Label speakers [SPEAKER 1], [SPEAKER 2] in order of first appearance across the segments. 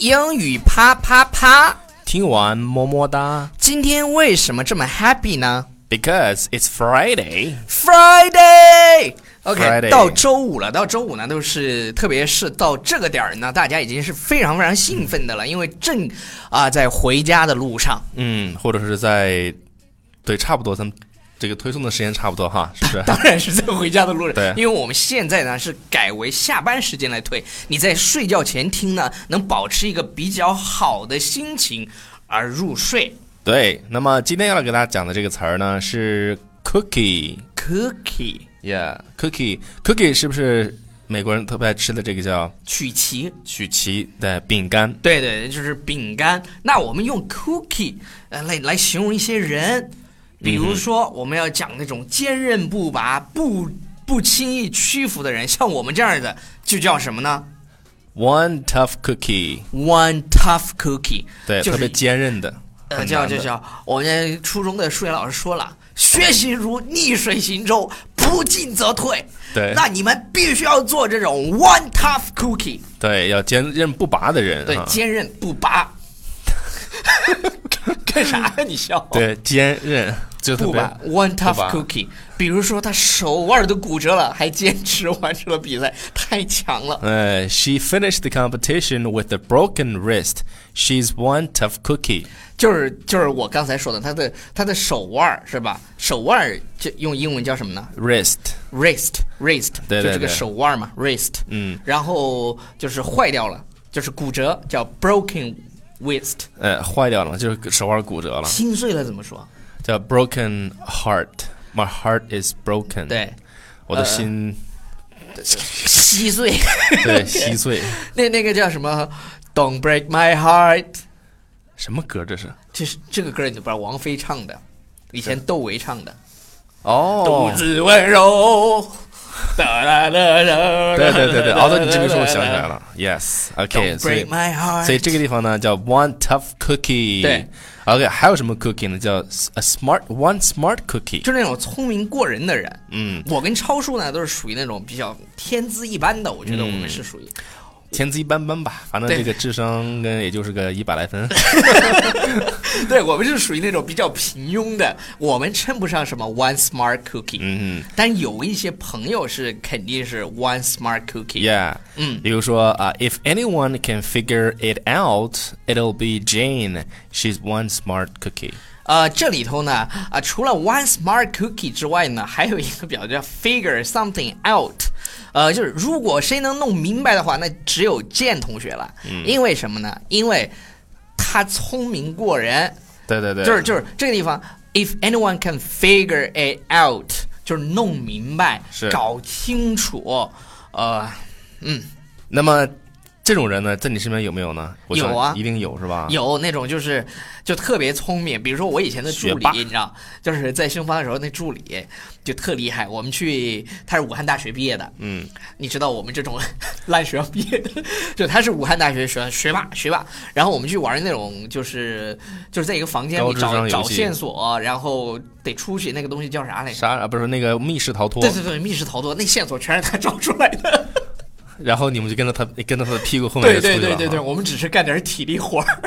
[SPEAKER 1] 英语啪啪啪。
[SPEAKER 2] 听完么么哒
[SPEAKER 1] 今天为什么这么 happy 呢
[SPEAKER 2] ，because it's Friday。
[SPEAKER 1] ？Friday。OK，
[SPEAKER 2] Friday
[SPEAKER 1] 到周五了，到周五呢都是，特别是到这个点儿呢，大家已经是非常非常兴奋的了，因为正啊、在回家的路上，
[SPEAKER 2] 嗯，或者是在，对，差不多，咱们这个推送的时间差不多哈，是不是？
[SPEAKER 1] 当然是在回家的路上，
[SPEAKER 2] 对
[SPEAKER 1] 因为我们现在呢是改为下班时间来推，你在睡觉前听呢，能保持一个比较好的心情而入睡。
[SPEAKER 2] 对，那么今天要给大家讲的这个词儿呢是 cookie。
[SPEAKER 1] Cookie
[SPEAKER 2] Yeah，cookie cookie 是不是美国人特别爱吃的这个叫
[SPEAKER 1] 曲奇，
[SPEAKER 2] 曲奇的饼干？
[SPEAKER 1] 对对，就是饼干。那我们用 cookie 呃来来形容一些
[SPEAKER 2] 嗯
[SPEAKER 1] 人，比如说我们要讲那种坚韧不拔、不不轻易屈服的人，像我们这样的就叫什么呢
[SPEAKER 2] One tough cookie，
[SPEAKER 1] ？One tough cookie，
[SPEAKER 2] 对，
[SPEAKER 1] 就
[SPEAKER 2] 特别
[SPEAKER 1] 是
[SPEAKER 2] 坚韧的，
[SPEAKER 1] 呃
[SPEAKER 2] 很
[SPEAKER 1] 叫
[SPEAKER 2] 难
[SPEAKER 1] 叫
[SPEAKER 2] 的
[SPEAKER 1] 叫，我们初中的数学老师说了，学习如逆水行舟，不进则退。
[SPEAKER 2] 对
[SPEAKER 1] 那你们必须要做这种 one tough cookie，
[SPEAKER 2] 对，要坚韧不拔的人
[SPEAKER 1] 对，
[SPEAKER 2] 哈
[SPEAKER 1] 坚韧不 拔。 干啥呀？你笑？
[SPEAKER 2] 对，坚韧就特
[SPEAKER 1] 不
[SPEAKER 2] 别
[SPEAKER 1] 吧，One
[SPEAKER 2] 不
[SPEAKER 1] Tough
[SPEAKER 2] 吧
[SPEAKER 1] Cookie。比如说他手腕都骨折了，还坚持完成了比赛，太强了。
[SPEAKER 2] 呃，She Uh, finished the competition with a broken wrist. She's one tough cookie.
[SPEAKER 1] 就是就是我刚才说的，他的他的手腕儿是吧？手腕儿就用英文叫什么呢
[SPEAKER 2] Wrist，
[SPEAKER 1] ？wrist wrist，
[SPEAKER 2] 对
[SPEAKER 1] 就
[SPEAKER 2] 对
[SPEAKER 1] 这个
[SPEAKER 2] 对
[SPEAKER 1] 手腕儿嘛，wrist。
[SPEAKER 2] 嗯，
[SPEAKER 1] 然后就是坏掉了，就是骨折，叫 broken wrist。
[SPEAKER 2] 呃，Uh, 坏掉了，就是手腕骨折了，
[SPEAKER 1] 心碎了怎么说？
[SPEAKER 2] 叫 broken heart. My heart is broken.
[SPEAKER 1] 对，
[SPEAKER 2] 我的心
[SPEAKER 1] 稀碎。
[SPEAKER 2] 对稀碎。
[SPEAKER 1] 那那个叫什么？Don't break my heart。
[SPEAKER 2] 什么歌这是？
[SPEAKER 1] 这是这个歌你都不知道，王菲唱的，以前窦唯唱的。
[SPEAKER 2] 哦
[SPEAKER 1] 肚子温 柔。哒啦啦啦
[SPEAKER 2] 对对 对对，哦，对，你这么一说我想起来。了，yes, OK，
[SPEAKER 1] Don't
[SPEAKER 2] 所以
[SPEAKER 1] break my heart。
[SPEAKER 2] 所以这个地方呢叫 one tough cookie，
[SPEAKER 1] 对
[SPEAKER 2] ，OK，还有什么 cookie 呢？叫 a smart one smart cookie，
[SPEAKER 1] 就是那种聪明过人的人。
[SPEAKER 2] 嗯，
[SPEAKER 1] 我跟超叔呢都是属于那种比较天资一般的，我觉得我们是属于。
[SPEAKER 2] 天资一般般吧，反正
[SPEAKER 1] 对
[SPEAKER 2] 这个智商跟也就是个一百来 分，
[SPEAKER 1] 对，我们是属于那种比较平庸的，我们称不上什么 one smart cookie。
[SPEAKER 2] 嗯嗯
[SPEAKER 1] 但有一些朋友是肯定是 one smart cookie。
[SPEAKER 2] ，yeah，
[SPEAKER 1] 嗯
[SPEAKER 2] 比如说啊、i f anyone can figure it out, it'll be Jane. She's one smart cookie.
[SPEAKER 1] 呃，这里头呢，啊、除了 one smart cookie 之外呢，还有一个表叫 figure something out，呃，就是如果谁能弄明白的话，那只有建同学了。因为什么呢？因为他聪明过人，
[SPEAKER 2] 对对对，
[SPEAKER 1] 就是就是这个地方，if anyone can figure it out，就是弄明白
[SPEAKER 2] 是、
[SPEAKER 1] 搞清楚，呃。
[SPEAKER 2] 那么这种人呢，在你身边有没有呢？我想
[SPEAKER 1] 有啊
[SPEAKER 2] 一定有是吧？
[SPEAKER 1] 有那种就是就特别聪明，比如说我以前的助
[SPEAKER 2] 学
[SPEAKER 1] 理
[SPEAKER 2] 霸，
[SPEAKER 1] 你知道，就是在新东方的时候，那助理就特厉害。我们去，他是武汉大学毕业的，
[SPEAKER 2] 嗯，
[SPEAKER 1] 你知道我们这种 烂学校毕业的，就他是武汉大学学学霸
[SPEAKER 2] 嗯
[SPEAKER 1] 学霸。然后我们去玩那种就是就是在一个房间
[SPEAKER 2] 高
[SPEAKER 1] 里
[SPEAKER 2] 智
[SPEAKER 1] 找
[SPEAKER 2] 商游
[SPEAKER 1] 找
[SPEAKER 2] 戏
[SPEAKER 1] 线索，然然后得出去，那个东西叫啥来着？
[SPEAKER 2] 啥啊？不是那个密室逃脱，
[SPEAKER 1] 对对对，密室逃脱，那线索全是他找出来的。
[SPEAKER 2] 然后你们就跟着他，跟着他的屁股后面
[SPEAKER 1] 对
[SPEAKER 2] 就出去
[SPEAKER 1] 对
[SPEAKER 2] 了。
[SPEAKER 1] 对对对，
[SPEAKER 2] 哈
[SPEAKER 1] 我们只是干点体力活 儿。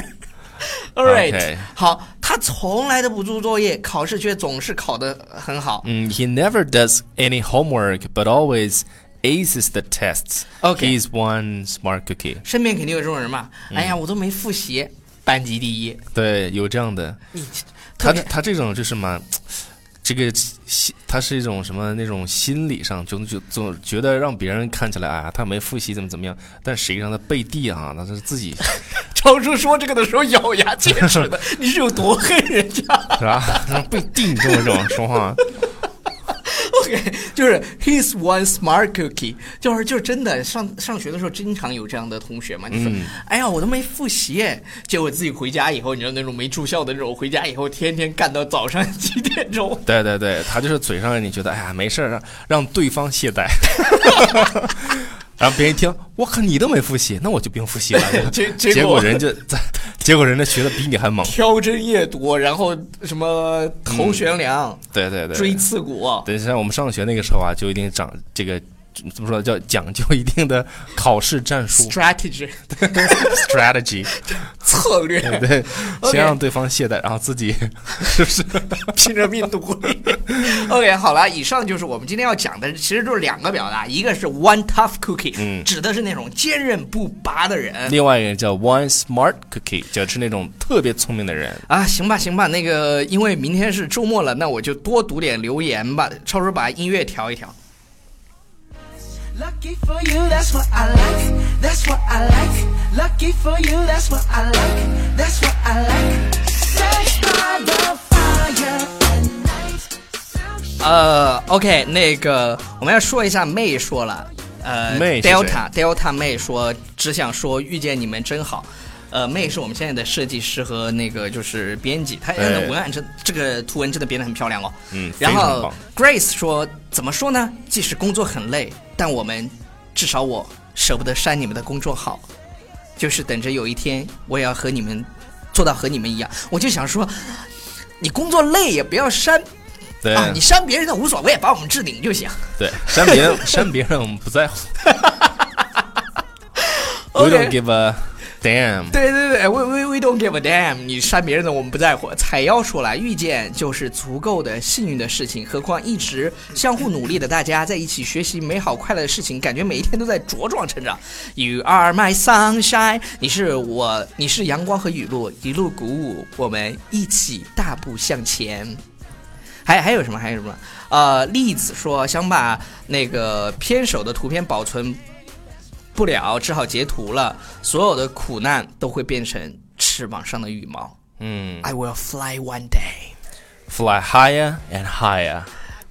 [SPEAKER 1] All right，、
[SPEAKER 2] OK
[SPEAKER 1] 好，他从来都不做作业，考试却总是考得很好。
[SPEAKER 2] 嗯，He never does any homework, but always aces the tests.
[SPEAKER 1] OK
[SPEAKER 2] he's 嗯 one smart cookie.
[SPEAKER 1] 身边肯定有这种人嘛？哎呀，我都没复习，班级第一。
[SPEAKER 2] 对，有这样的。
[SPEAKER 1] 你特
[SPEAKER 2] 他这
[SPEAKER 1] 别
[SPEAKER 2] 他这种就是蛮，这个心，他是一种什么那种心理上，就就总觉得让别人看起来啊，他没复习怎么怎么样，但实际上他背地啊，他是 自己
[SPEAKER 1] 超叔说这个的时候咬牙切齿的，你是有多恨人家
[SPEAKER 2] 是吧？他背地你这么这么说话，
[SPEAKER 1] ？OK，就是 he's one smart cookie，就是就是真的上上学的时候经常有这样的同学嘛，就
[SPEAKER 2] 嗯
[SPEAKER 1] 说、哎呀我都没复习，结果自己回家以后，你知道那种没住校的那种，回家以后天天干到早上 几点钟。
[SPEAKER 2] 对对对，他就是嘴上让你觉得哎呀没事儿，让让对方懈怠， 然后别人一听，我靠你都没复习，那我就不用复习了。
[SPEAKER 1] 结结
[SPEAKER 2] 结
[SPEAKER 1] 果
[SPEAKER 2] 果人家，结果人家学的比你还猛。
[SPEAKER 1] 挑针夜读，然后什么头悬梁、
[SPEAKER 2] 嗯对对对，
[SPEAKER 1] 锥刺股，
[SPEAKER 2] 等一下，我们上学那个时候啊，就一定长这个怎么说叫讲究一定的考试战 术
[SPEAKER 1] strategy
[SPEAKER 2] strategy，
[SPEAKER 1] 策略，
[SPEAKER 2] 对不对？
[SPEAKER 1] OK
[SPEAKER 2] 先让对方懈怠，然后自己 是不是？
[SPEAKER 1] 拼着命读。OK，好了，以上就是我们今天要讲的，其实就是两个表达，一个是 one tough cookie，、
[SPEAKER 2] 嗯
[SPEAKER 1] 指的是那种坚韧不拔的人。
[SPEAKER 2] 另外一个叫 one smart cookie，就是那种特别聪明的人。
[SPEAKER 1] 啊，行吧，行吧，那个，因为明天是周末了，那我就多读点留言吧。超叔把音乐调一调。
[SPEAKER 3] Lucky for you, that's what I like. That's what I like. Lucky for you, that's what I like. That's what I like. Sex by the fire at night. Sound
[SPEAKER 1] 呃，OK，那个我们要说一下妹说了，呃
[SPEAKER 2] May 是谁
[SPEAKER 1] ，Delta Delta 妹说只想说遇见你们真好。呃，妹是我们现在的设计师和那个就是编辑，她
[SPEAKER 2] 哎
[SPEAKER 1] 文案真这个图文真的编得很漂亮哦。
[SPEAKER 2] 嗯
[SPEAKER 1] 然
[SPEAKER 2] 非常
[SPEAKER 1] 后
[SPEAKER 2] 棒
[SPEAKER 1] Grace 说怎么说呢？即使工作很累，但我们至少我舍不得删你们的公众号，就是等着有一天我也要和你们做到和你们一样。我就想说，你工作累也不要删
[SPEAKER 2] 对、
[SPEAKER 1] 啊，你删别人的无所谓，把我们置顶就行。
[SPEAKER 2] 对，删别人删别人我们不在乎
[SPEAKER 1] OK
[SPEAKER 2] ，We don't give a damn。
[SPEAKER 1] 对对对，we we we don't give a damn，你删别人的我们不在乎。采妖说了，遇见就是足够的幸运的事情，何况一直相互努力的大家在一起学习美好快乐的事情，感觉每一天都在茁壮成长。You are my sunshine，你是我，你是阳光和雨露，一路鼓舞我们一起大步向前。还还有什么？还有什么？呃，栗子说想把那个片手的图片保存不了，只好截图了。所有的苦难都会变成翅膀上的羽毛。
[SPEAKER 2] 嗯
[SPEAKER 1] I will fly one day。
[SPEAKER 2] ，Fly higher and higher。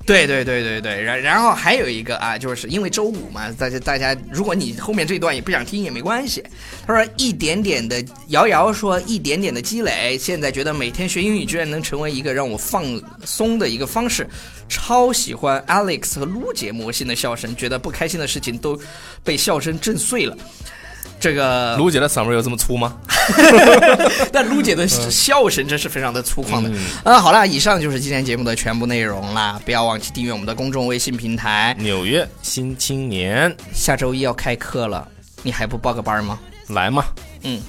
[SPEAKER 1] 对对对对对，然然后还有一个啊，就是因为周五嘛，大家大家，如果你后面这段也不想听也没关系。他说一点点的，瑶瑶说一点点的积累，现在觉得每天学英语居然能成为一个让我放松的一个方式，超喜欢 Alex 和撸节目新的笑声，觉得不开心的事情都被笑声震碎了。这个
[SPEAKER 2] 卢姐的嗓门有这么粗吗？
[SPEAKER 1] 但撸姐的笑声真是非常的粗犷的。啊，好啦，以上就是今天节目的全部内容啦，不要忘记订阅我们的公众微信平台。
[SPEAKER 2] 纽约新青年
[SPEAKER 1] 下周一要开课了，你还不报个班吗？
[SPEAKER 2] 来嘛，
[SPEAKER 1] 嗯，